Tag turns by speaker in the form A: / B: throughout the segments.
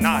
A: 那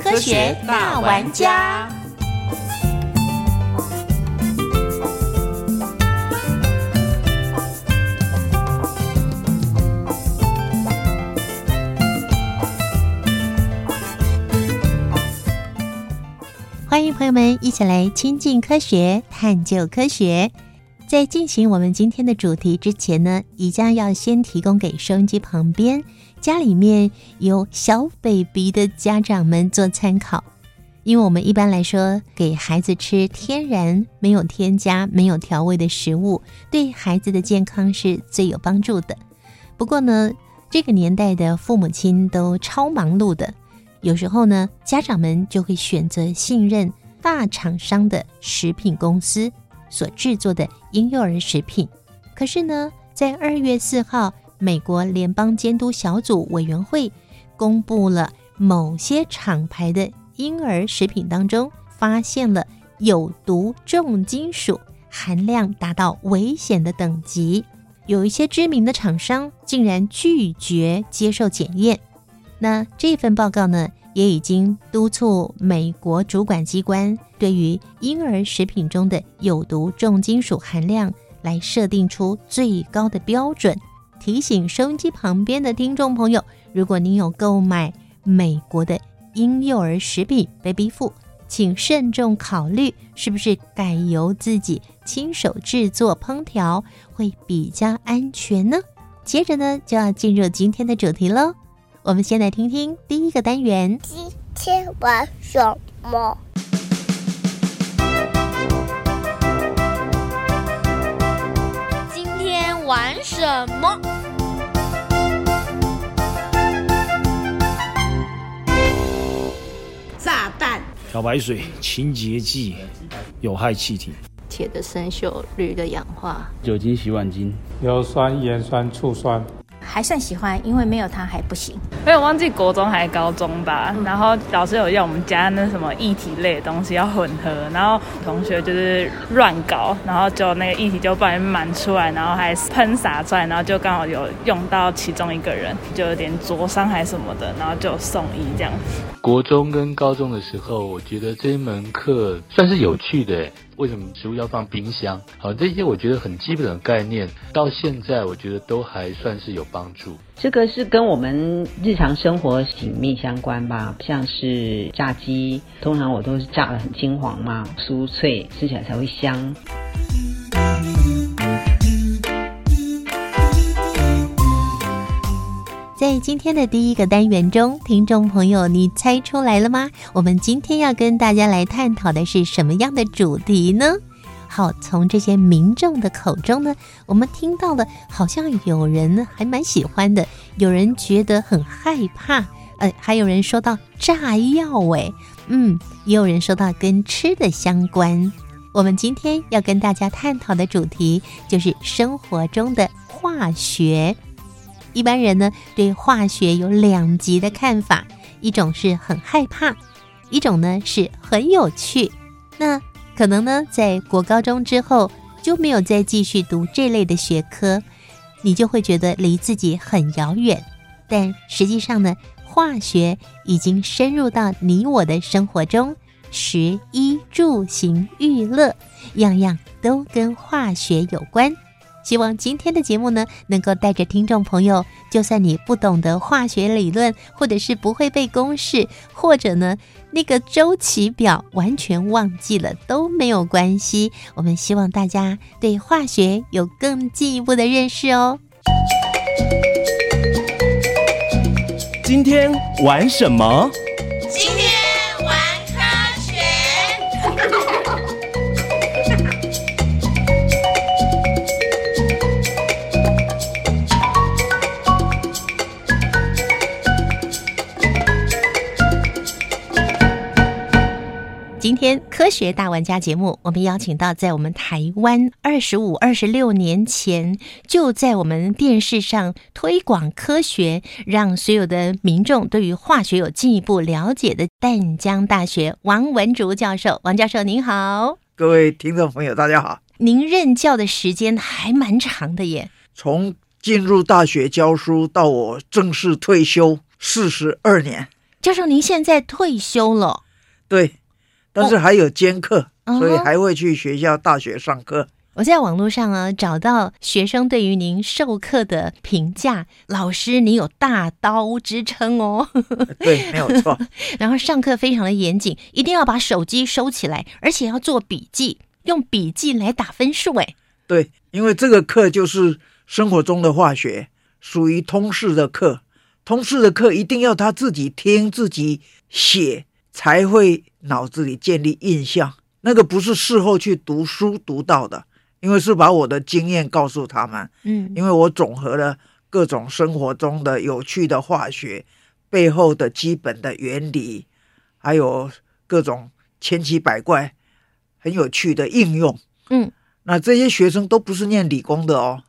B: 科学大玩家。欢迎朋友们一起来亲近科学，探究科学。在进行我们今天的主题之前呢，宜将要先提供给收音机旁边家里面有小 baby 的家长们做参考，因为我们一般来说给孩子吃天然、没有添加、没有调味的食物，对孩子的健康是最有帮助的。不过呢，这个年代的父母亲都超忙碌的。有时候呢，家长们就会选择信任大厂商的食品公司所制作的婴幼儿食品。可是呢，在二月四号，美国联邦监督小组委员会公布了某些厂牌的婴儿食品当中发现了有毒重金属含量达到危险的等级，有一些知名的厂商竟然拒绝接受检验。那这份报告呢，也已经督促美国主管机关对于婴儿食品中的有毒重金属含量来设定出最高的标准。提醒收音机旁边的听众朋友，如果您有购买美国的婴幼儿食品 Baby Food，请慎重考虑是不是改由自己亲手制作烹调会比较安全呢？接着呢，就要进入今天的主题喽。我们先来听听第一个单元。
C: 今天玩什么？
D: 今天玩什么？
E: 炸弹、
F: 漂白水、清洁剂、有害气体、
G: 铁的生锈、氯的氧化、
H: 酒精、洗碗精、
I: 硫酸、盐酸、醋酸。
J: 还算喜欢，因为没有它还不行。
K: 没有忘记国中还高中吧，嗯、然后老师有要我们加那什么液体类的东西要混合，然后同学就是乱搞，然后就那个液体就不小心满出来，然后还喷洒出来，然后就刚好有用到其中一个人，就有点灼伤还什么的，然后就送医这样。
H: 国中跟高中的时候，我觉得这一门课算是有趣的。为什么食物要放冰箱？好，这些我觉得很基本的概念，到现在我觉得都还算是有帮助。
L: 这个是跟我们日常生活紧密相关吧，像是炸鸡，通常我都是炸的很金黄嘛，酥脆，吃起来才会香。
B: 在今天的第一个单元中，听众朋友，你猜出来了吗？我们今天要跟大家来探讨的是什么样的主题呢？好，从这些民众的口中呢，我们听到了，好像有人还蛮喜欢的，有人觉得很害怕，呃，还有人说到炸药、欸，哎，嗯，也有人说到跟吃的相关。我们今天要跟大家探讨的主题就是生活中的化学。一般人呢，对化学有两极的看法，一种是很害怕，一种呢是很有趣。那可能呢，在国高中之后就没有再继续读这类的学科，你就会觉得离自己很遥远。但实际上呢，化学已经深入到你我的生活中，食衣住行娱乐，样样都跟化学有关。希望今天的节目呢，能够带着听众朋友，就算你不懂得化学理论，或者是不会背公式，或者呢那个周期表完全忘记了都没有关系。我们希望大家对化学有更进一步的认识哦。
M: 今天玩什么？
N: 今天玩科学。
B: 今天科学大玩家节目，我们邀请到在我们台湾二十五、二十六年前就在我们电视上推广科学，让所有的民众对于化学有进一步了解的淡江大学王文竹教授。王教授您好，
A: 各位听众朋友大家好。
B: 您任教的时间还蛮长的耶，
A: 从进入大学教书到我正式退休四十二年。
B: 教授，您现在退休了？
A: 对。但是还有兼课，哦、所以还会去学校、大学上课。
B: 我在网络上啊找到学生对于您授课的评价，老师您有大刀之称哦。
A: 对，没有错。
B: 然后上课非常的严谨，一定要把手机收起来，而且要做笔记，用笔记来打分数。哎，
A: 对，因为这个课就是生活中的化学，属于通识的课。通识的课一定要他自己听、自己写。才会脑子里建立印象，那个不是事后去读书读到的，因为是把我的经验告诉他们。嗯，因为我总和了各种生活中的有趣的化学背后的基本的原理，还有各种千奇百怪、很有趣的应用。嗯，那这些学生都不是念理工的哦，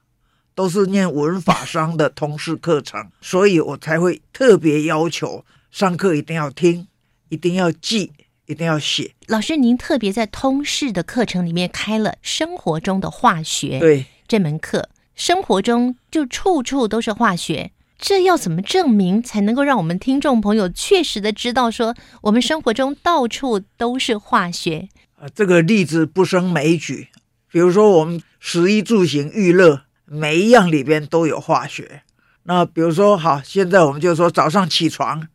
A: 都是念文法商的通识课程，所以我才会特别要求上课一定要听。一定要记，一定要写。
B: 老师，您特别在通识的课程里面开了生活中的化学
A: 对
B: 这门课，生活中就处处都是化学，这要怎么证明才能够让我们听众朋友确实的知道说我们生活中到处都是化学？
A: 啊，这个例子不胜枚举。比如说我们食衣住行娱乐，每一样里边都有化学。那比如说，好，现在我们就说早上起床。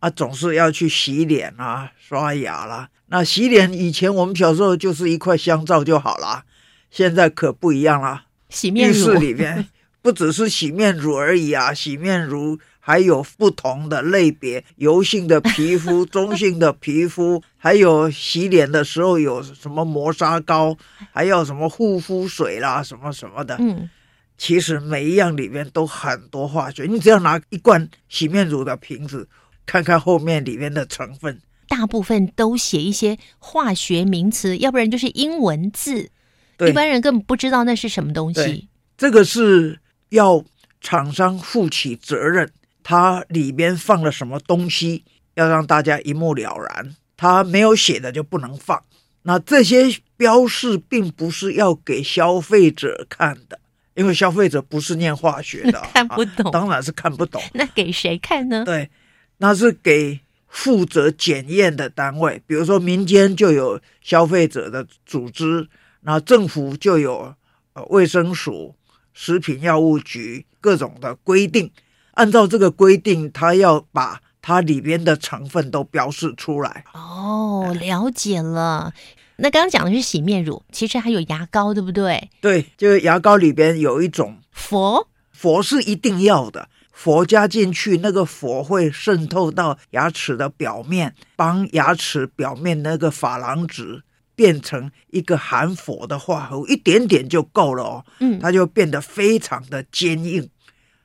A: 啊，总是要去洗脸啊、刷牙啦。那洗脸以前我们小时候就是一块香皂就好啦，现在可不一样啦。
B: 洗面
A: 浴室里 面不只是洗面乳而已啊，洗面乳还有不同的类别，油性的皮 肤、中性的皮肤，还有洗脸的时候有什么磨砂膏，还有什么护肤水啦，什么什么的。嗯。其实每一样里面都很多化学，你只要拿一罐洗面乳的瓶子。看看后面里面的成分，
B: 大部分都写一些化学名词，要不然就是英文字，一般人根本不知道那是什么东西。
A: 这个是要厂商负起责任，它里边放了什么东西，要让大家一目了然。它没有写的就不能放。那这些标示并不是要给消费者看的。因为消费者不是念化学的，
B: 看不懂、啊，
A: 当然是看不懂。
B: 那给谁看呢？
A: 对。那是给负责检验的单位，比如说民间就有消费者的组织，那政府就有呃卫生署、食品药物局各种的规定。按照这个规定，它要把它里边的成分都标示出来。
B: 哦，了解了。那刚刚讲的是洗面乳，其实还有牙膏，对不对？
A: 对，就是牙膏里边有一种
B: 佛，
A: 佛是一定要的。佛加进去，那个佛会渗透到牙齿的表面，帮牙齿表面那个珐琅质变成一个含佛的化合物，一点点就够了哦。嗯，它就变得非常的坚硬，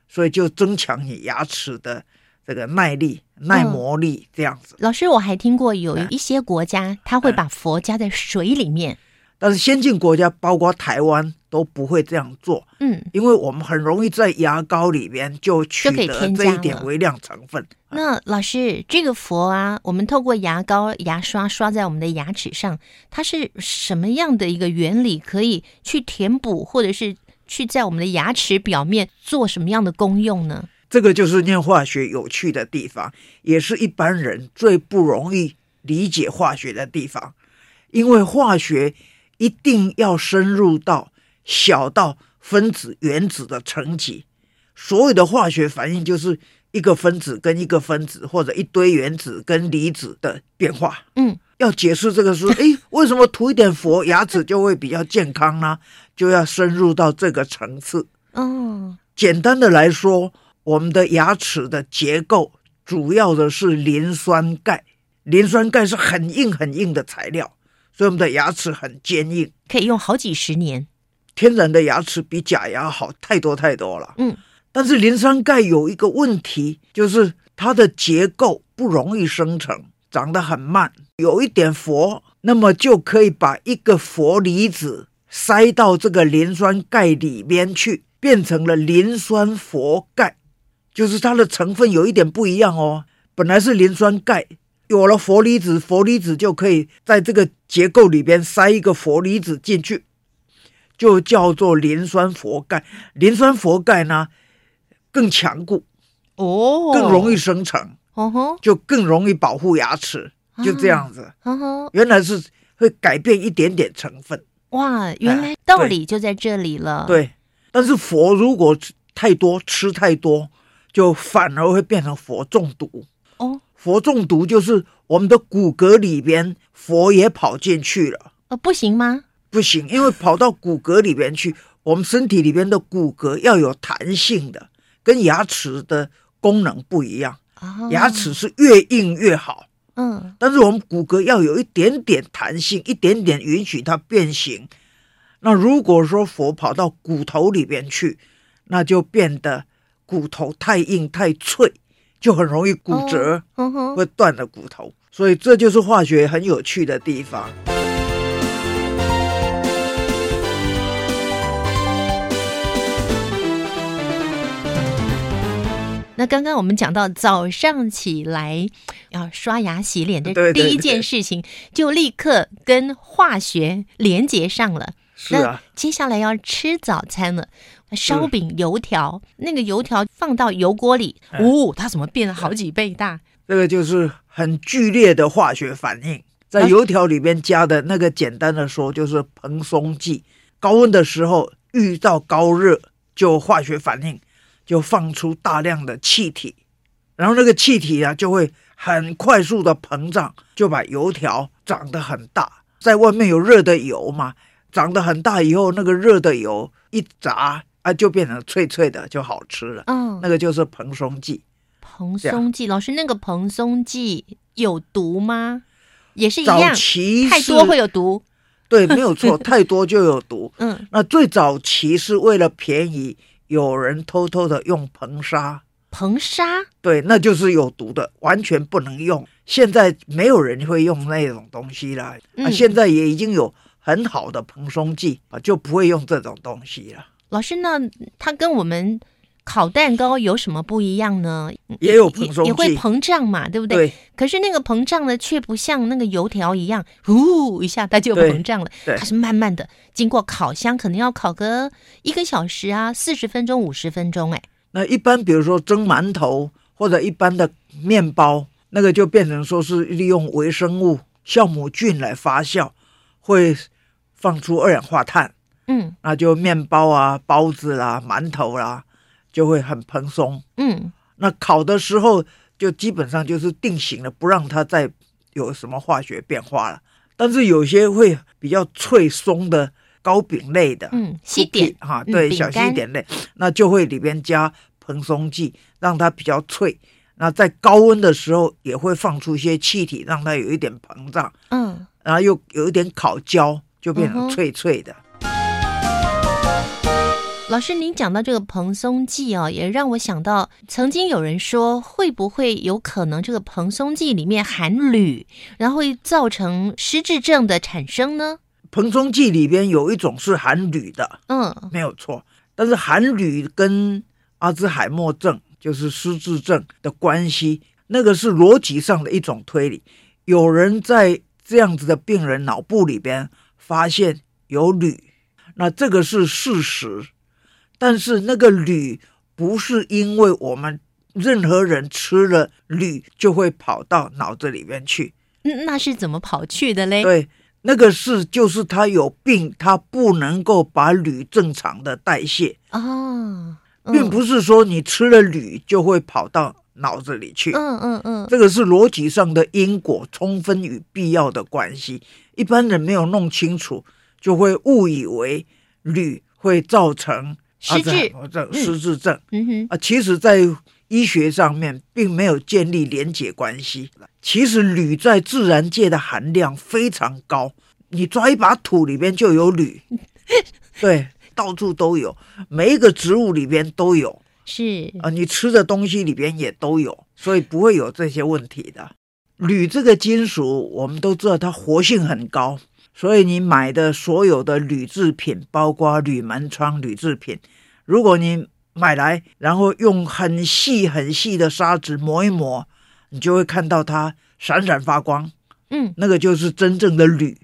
A: 所以就增强你牙齿的这个耐力、耐磨力这样子。
B: 嗯、老师，我还听过有一些国家，他、嗯、会把佛加在水里面。嗯
A: 但是先进国家，包括台湾，都不会这样做。嗯，因为我们很容易在牙膏里面就取得这一点微量成分。
B: 那老师，这个佛啊，我们透过牙膏、牙刷刷在我们的牙齿上，它是什么样的一个原理，可以去填补，或者是去在我们的牙齿表面做什么样的功用呢？
A: 这个就是念化学有趣的地方，也是一般人最不容易理解化学的地方，因为化学。一定要深入到小到分子、原子的层级，所有的化学反应就是一个分子跟一个分子，或者一堆原子跟离子的变化。嗯，要解释这个是，诶，为什么涂一点氟牙齿就会比较健康呢？就要深入到这个层次。哦，简单的来说，我们的牙齿的结构主要的是磷酸钙，磷酸钙是很硬很硬的材料。所以我们的牙齿很坚硬，
B: 可以用好几十年。
A: 天然的牙齿比假牙好太多太多了。嗯，但是磷酸钙有一个问题，就是它的结构不容易生成，长得很慢。有一点佛那么就可以把一个氟离子塞到这个磷酸钙里面去，变成了磷酸氟钙，就是它的成分有一点不一样哦。本来是磷酸钙，有了氟离子，氟离子就可以在这个结构里边塞一个氟离子进去，就叫做磷酸氟钙。磷酸氟钙呢更强固
B: 哦，
A: 更容易生成
B: 哦吼，
A: 就更容易保护牙齿，就这样子。
B: 哦吼，
A: 原来是会改变一点点成分。
B: 哇，原来道理就在这里了。
A: 哎对，但是佛如果太多吃太多，就反而会变成佛中毒。
B: 哦，
A: 佛中毒就是我们的骨骼里边佛也跑进去了。
B: 呃，不行吗？
A: 不行，因为跑到骨骼里边去，我们身体里边的骨骼要有弹性的，跟牙齿的功能不一样。
B: 哦、
A: 牙齿是越硬越好。
B: 嗯，
A: 但是我们骨骼要有一点点弹性，一点点允许它变形。那如果说佛跑到骨头里边去，那就变得骨头太硬太脆，就很容易骨折，
B: 哦嗯、
A: 会断了骨头。所以这就是化学很有趣的地方。
B: 那刚刚我们讲到早上起来要刷牙洗脸的第一件事情，就立刻跟化学连接上了。
A: 是啊，嗯
B: 接下来要吃早餐了，烧饼、油条，那个油条放到油锅里，
A: 哎
B: 哦，它怎么变了好几倍大？
A: 这个就是很剧烈的化学反应，在油条里面加的那个，简单的说就是蓬松剂。高温的时候遇到高热就化学反应。就放出大量的气体，然后那个气体啊就会很快速的膨胀，啊就把油条长得很大。在外面有热的油嘛，长得很大以后，那个热的油一炸啊，就变成脆脆的，就好吃了。
B: 嗯，
A: 那个就是蓬松剂。
B: 蓬
A: 啊
B: 松剂，老师，那个蓬松剂有毒吗？也是一
A: 早
B: 样，
A: 期
B: 太多会有毒。
A: 对，没有错，太多就有毒。
B: 嗯，
A: 那最早期是为了便宜。有人偷偷的用硼砂，
B: 硼砂
A: 对，那就是有毒的，完全不能用。现在没有人会用那种东西了，
B: 嗯、
A: 啊，现在也已经有很好的蓬松剂啊，就不会用这种东西了。
B: 老师，那它跟我们烤蛋糕有什么不一样呢？
A: 也有蓬松剂，
B: 嗯也会膨胀嘛，对不对？
A: 对。
B: 可是那个膨胀呢，却不像那个油条一样，呼一下它就膨胀了，
A: 对对
B: 它是慢慢的，经过烤箱可能要烤个一个小时啊，四十分钟、五十分钟，哎，
A: 那一般比如说蒸馒头或者一般的面包，那个就变成说是利用微生物酵母菌来发酵，会放出二氧化碳。
B: 嗯，
A: 那就面包啊、包子啦、馒头啦，就会很蓬松。
B: 嗯，
A: 那烤的时候就基本上就是定型了，不让它再有什么化学变化了。但是有些会比较脆松的糕饼类的，
B: 嗯，西点
A: 啊哈、
B: 嗯
A: 对，
B: 饼
A: 小
B: 干
A: 西点类，那就会里边加蓬松剂，让它比较脆。那在高温的时候也会放出一些气体，让它有一点膨胀，
B: 嗯，
A: 然后又有一点烤焦，就变成
B: 嗯哼
A: 脆脆的。
B: 老师，您讲到这个蓬松剂哦，也让我想到，曾经有人说，会不会有可能这个蓬松剂里面含铝，然后会造成失智症的产生呢？
A: 蓬松剂里边有一种是含铝的，
B: 嗯
A: 没有错。但是含铝跟阿兹海默症，啊就是失智症的关系，那个是逻辑上的一种推理。有人在这样子的病人脑部里边发现有铝，那这个是事实。但是那个铝不是因为我们任何人吃了铝就会跑到脑子里面去，
B: 嗯，那是怎么跑去的嘞？
A: 对，那个是就是他有病，他不能够把铝正常的代谢，
B: 哦，嗯
A: 并不是说你吃了铝就会跑到脑子里去。
B: 嗯嗯嗯，
A: 这个是逻辑上的因果充分与必要的关系，一般人没有弄清楚，就会误以为铝会造成啊
B: 失
A: 阿兹
B: 智
A: 海默症、
B: 嗯
A: 失智症。
B: 嗯哼，
A: 啊，其实，在医学上面并没有建立连结关系。其实铝在自然界的含量非常高，你抓一把土里边就有 铝，对，到处都有，每一个植物里边都有
B: 是嗯哦
A: 啊，你吃的东西里边也都有，所以不会有这些问题的。铝这个金属，我们都知道它活性很高，所以你买的所有的铝制品，包括铝门窗、铝制品，如果你买来，然后用很细很细的砂纸磨一磨，你就会看到它闪闪发光。
B: 嗯，
A: 那个就是真正的铝。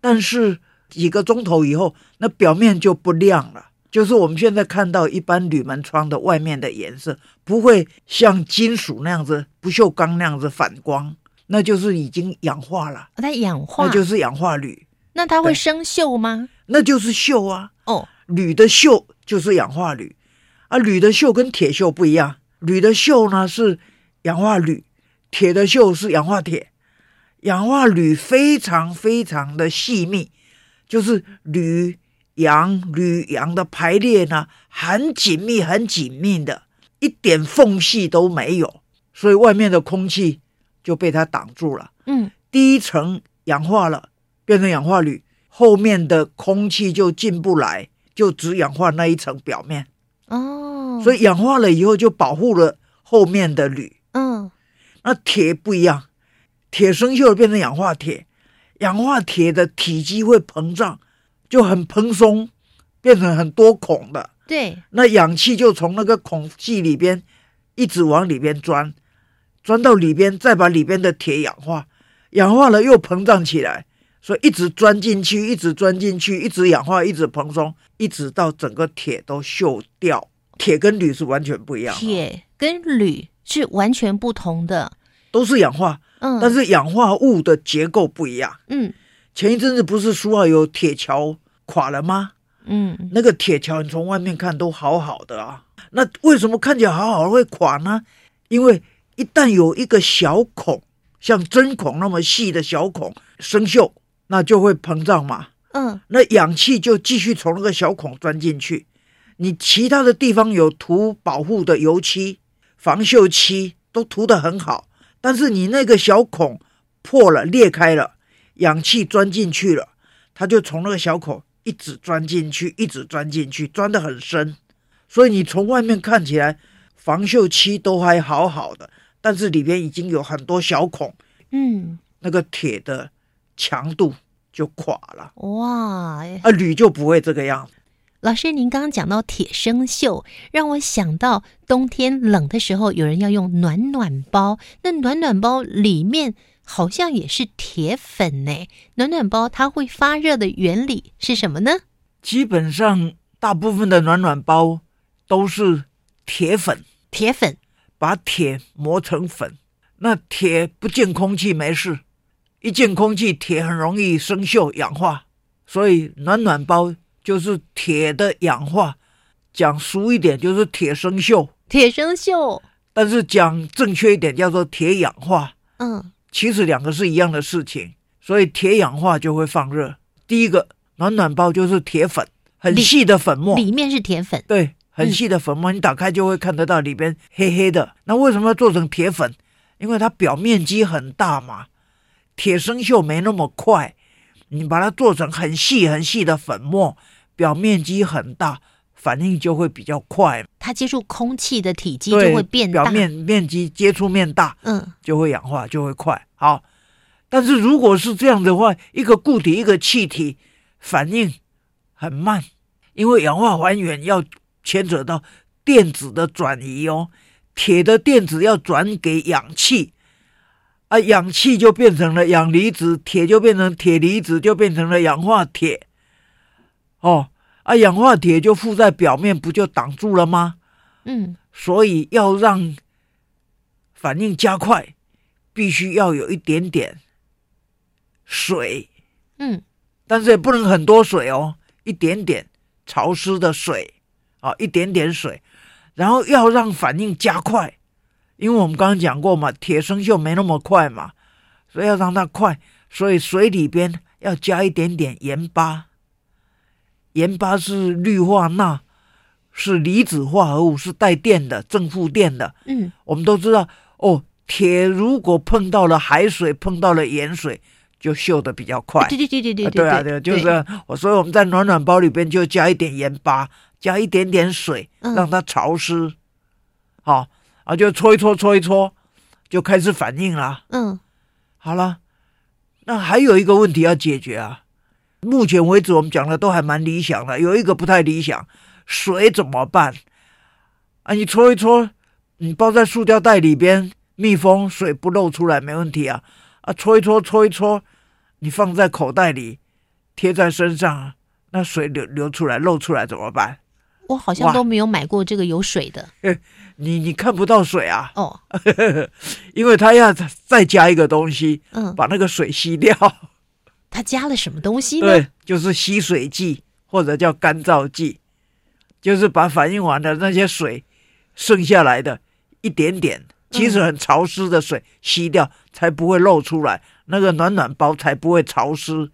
A: 但是几个钟头以后，那表面就不亮了，就是我们现在看到一般铝门窗的外面的颜色，不会像金属那样子、不锈钢那样子反光，那就是已经氧化了。
B: 它氧化，
A: 那就是氧化铝。
B: 那它会生锈吗？
A: 那就是锈啊。
B: 哦，
A: 铝的锈就是氧化铝。啊，铝的锈跟铁锈不一样，铝的锈呢是氧化铝，铁的锈是氧化铁。氧化铝非常非常的细密，就是铝阳铝阳的排列呢很紧密很紧密的，一点缝隙都没有，所以外面的空气就被它挡住了。
B: 嗯，
A: 第一层氧化了，变成氧化铝，后面的空气就进不来，就只氧化那一层表面。
B: 哦，
A: 所以氧化了以后就保护了后面的铝。
B: 嗯，
A: 那铁不一样，铁生锈了变成氧化铁，氧化铁的体积会膨胀，就很蓬松，变成很多孔的。
B: 对，
A: 那氧气就从那个孔隙里边一直往里边钻，钻到里边，再把里边的铁氧化，氧化了又膨胀起来。所以一直钻进去，一直钻进去，一直氧化，一直蓬松，一直到整个铁都锈掉。铁跟铝是完全不一样，啊
B: 铁跟铝是完全不同的，
A: 都是氧化，
B: 嗯，
A: 但是氧化物的结构不一样。
B: 嗯，
A: 前一阵子不是说啊有铁桥垮了吗？
B: 嗯，
A: 那个铁桥你从外面看都好好的啊，那为什么看起来好好的会垮呢？因为一旦有一个小孔，像针孔那么细的小孔生锈。那就会膨胀嘛，
B: 嗯，
A: 那氧气就继续从那个小孔钻进去。你其他的地方有涂保护的油漆、防锈漆，都涂得很好，但是你那个小孔破了、裂开了，氧气钻进去了，它就从那个小孔一直钻进去，一直钻进去，钻得很深。所以你从外面看起来，防锈漆都还好好的，但是里边已经有很多小孔。
B: 嗯，
A: 那个铁的。强度就垮了
B: 哇！
A: 啊，铝就不会这个样子。
B: 老师，您刚刚讲到铁生锈，让我想到冬天冷的时候，有人要用暖暖包。那暖暖包里面好像也是铁粉呢。暖暖包它会发热的原理是什么呢？
A: 基本上大部分的暖暖包都是铁粉，
B: 铁粉
A: 把铁磨成粉。那铁不进空气没事。一进空气，铁很容易生锈氧化，所以暖暖包就是铁的氧化。讲俗一点，就是铁生锈。
B: 铁生锈，
A: 但是讲正确一点，叫做铁氧化。
B: 嗯，
A: 其实两个是一样的事情。所以铁氧化就会放热。第一个暖暖包就是铁粉，很细的粉末，
B: 里嗯面是铁粉。
A: 对，很细的粉末，嗯、你打开就会看得到里边黑黑的。那为什么要做成铁粉？因为它表面积很大嘛。铁生锈没那么快，你把它做成很细很细的粉末，表面积很大，反应就会比较快。
B: 它接触空气的体积就会变大，
A: 表面面积接触面大，
B: 嗯，
A: 就会氧化，就会快。好，但是如果是这样的话，一个固体一个气体，反应很慢，因为氧化还原要牵扯到电子的转移哦，铁的电子要转给氧气。啊，氧气就变成了氧离子，铁就变成铁离子，就变成了氧化铁。哦，啊，氧化铁就附在表面，不就挡住了吗？
B: 嗯，
A: 所以要让反应加快，必须要有一点点水。
B: 嗯，
A: 但是也不能很多水哦，一点点潮湿的水啊、哦，一点点水，然后要让反应加快。因为我们刚刚讲过嘛，铁生锈没那么快嘛，所以要让它快，所以水里边要加一点点盐巴。盐巴是氯化钠，是离子化合物，是带电的，正负电的。
B: 嗯，
A: 我们都知道哦，铁如果碰到了海水，碰到了盐水，就锈的比较快。
B: 对对对对对
A: 对啊，对啊，就是我，所以我们在暖暖包里边就加一点盐巴，加一点点水，
B: 嗯
A: 让它潮湿。好、嗯。哦啊，就搓一搓，搓一搓，就开始反应了。
B: 嗯，
A: 好了，那还有一个问题要解决啊。目前为止我们讲的都还蛮理想的，有一个不太理想，水怎么办？啊，你搓一搓，你包在塑胶袋里边，密封，水不漏出来，没问题啊。啊，搓一搓，搓一搓，你放在口袋里，贴在身上，啊那水流流出来、漏出来怎么办？
B: 我好像都没有买过这个有水的。
A: 你你看不到水啊？
B: 哦，
A: 因为他要再加一个东西，嗯，把那个水吸掉。
B: 他加了什么东西呢？
A: 对，就是吸水剂或者叫干燥剂，就是把反应完的那些水剩下来的一点点，其实很潮湿的水、嗯、吸掉，才不会漏出来。那个暖暖包才不会潮湿，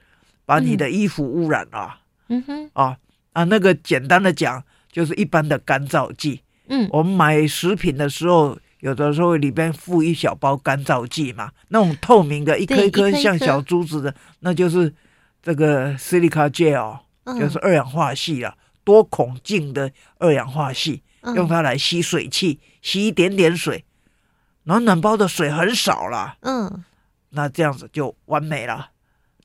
A: 把你的衣服污染啊。
B: 嗯哼，
A: 啊啊，那个简单的讲就是一般的干燥剂。
B: 嗯，
A: 我们买食品的时候。有的时候里边附一小包干燥剂嘛，那种透明的，一颗一颗像小珠子的，那就是这个 silica gel，、嗯、就是二氧化系啊，多孔径的二氧化系，用它来吸水汽，吸一点点水，暖暖包的水很少啦，
B: 嗯，
A: 那这样子就完美了，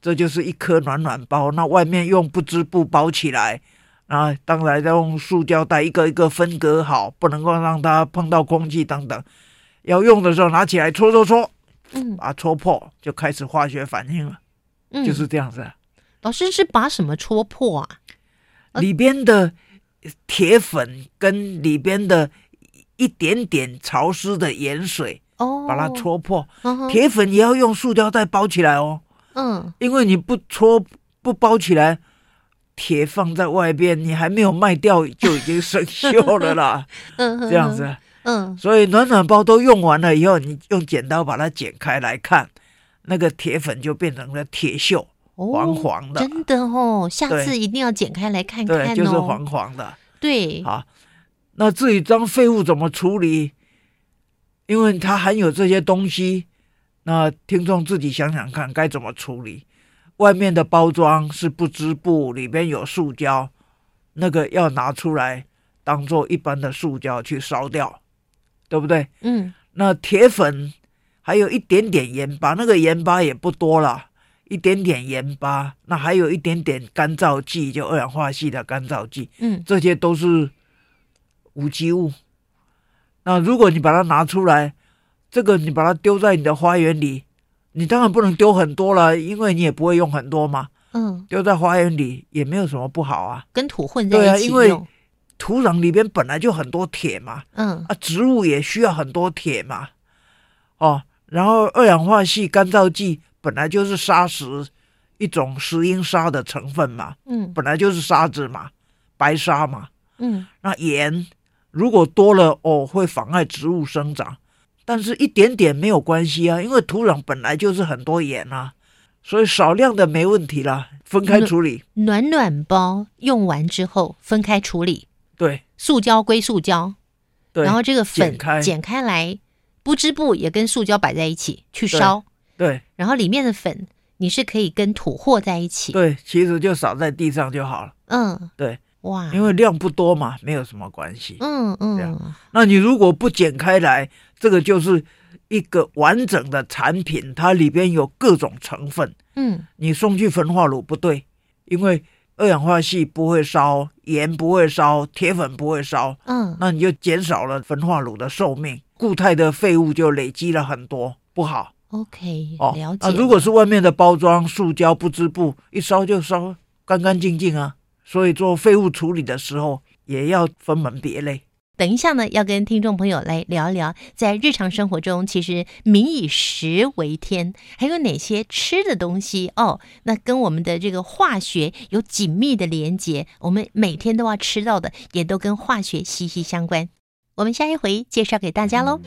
A: 这就是一颗暖暖包，那外面用不织布包起来。啊，当然要用塑胶袋一个一个分隔好，不能够让它碰到空气等等。要用的时候拿起来搓搓搓，
B: 嗯，
A: 把它搓破就开始化学反应了，
B: 嗯，
A: 就是这样子。啊
B: 老师是把什么戳破啊？
A: 里边的铁粉跟里边的一点点潮湿的盐水，
B: 哦，
A: 把它戳破。
B: 嗯、
A: 铁粉也要用塑胶袋包起来
B: 哦，嗯，
A: 因为你不戳不包起来。铁放在外边，你还没有卖掉就已经生锈了啦。
B: 嗯，
A: 这样子，
B: 嗯，
A: 所以暖暖包都用完了以后，你用剪刀把它剪开来看，那个铁粉就变成了铁锈，
B: 哦、
A: 黄黄的。
B: 真的哦，下次一定要剪开来看看、哦。
A: 对，就是黄黄的。
B: 对，
A: 啊，那至于当废物怎么处理，因为它含有这些东西，那听众自己想想看该怎么处理。外面的包装是不织布，里边有塑胶，那个要拿出来当做一般的塑胶去烧掉，对不对？
B: 嗯。
A: 那铁粉还有一点点盐巴，那个盐巴也不多了，一点点盐巴，那还有一点点干燥剂，就二氧化系的干燥剂。
B: 嗯，
A: 这些都是无机物。那如果你把它拿出来，这个你把它丢在你的花园里。你当然不能丢很多了，因为你也不会用很多嘛。
B: 嗯，
A: 丢在花园里也没有什么不好啊。
B: 跟土混在一
A: 起对啊，因为土壤里边本来就很多铁嘛。
B: 嗯
A: 啊，植物也需要很多铁嘛。哦，然后二氧化系干燥剂本来就是砂石一种石英砂的成分嘛。
B: 嗯，
A: 本来就是沙子嘛，白沙嘛。
B: 嗯，
A: 那盐如果多了哦，会妨碍植物生长。但是一点点没有关系啊，因为土壤本来就是很多盐啊，所以少量的没问题啦，分开处理。
B: 暖暖包用完之后分开处理，
A: 对，
B: 塑胶归塑胶，
A: 对，
B: 然后这个粉
A: 剪开
B: 剪开来，不织布也跟塑胶摆在一起去烧，
A: 对，对
B: 然后里面的粉你是可以跟土和在一起，
A: 对，其实就撒在地上就好了，
B: 嗯，
A: 对。
B: 哇，
A: 因为量不多嘛，没有什么关系。
B: 嗯
A: 嗯，这样。那你如果不剪开来，这个就是一个完整的产品，它里边有各种成分。
B: 嗯，
A: 你送去焚化炉不对，因为二氧化系不会烧，盐不会烧，铁粉不会烧。
B: 嗯，
A: 那你就减少了焚化炉的寿命，固态的废物就累积了很多，不好。
B: OK，
A: 哦，
B: 了解
A: 啊，如果是外面的包装、塑胶、不织布，一烧就烧干干净净啊。所以做废物处理的时候，也要分门别类。
B: 等一下呢，要跟听众朋友来聊聊，在日常生活中，其实民以食为天，还有哪些吃的东西哦？那跟我们的这个化学有紧密的连结，我们每天都要吃到的，也都跟化学息息相关。我们下一回介绍给大家喽。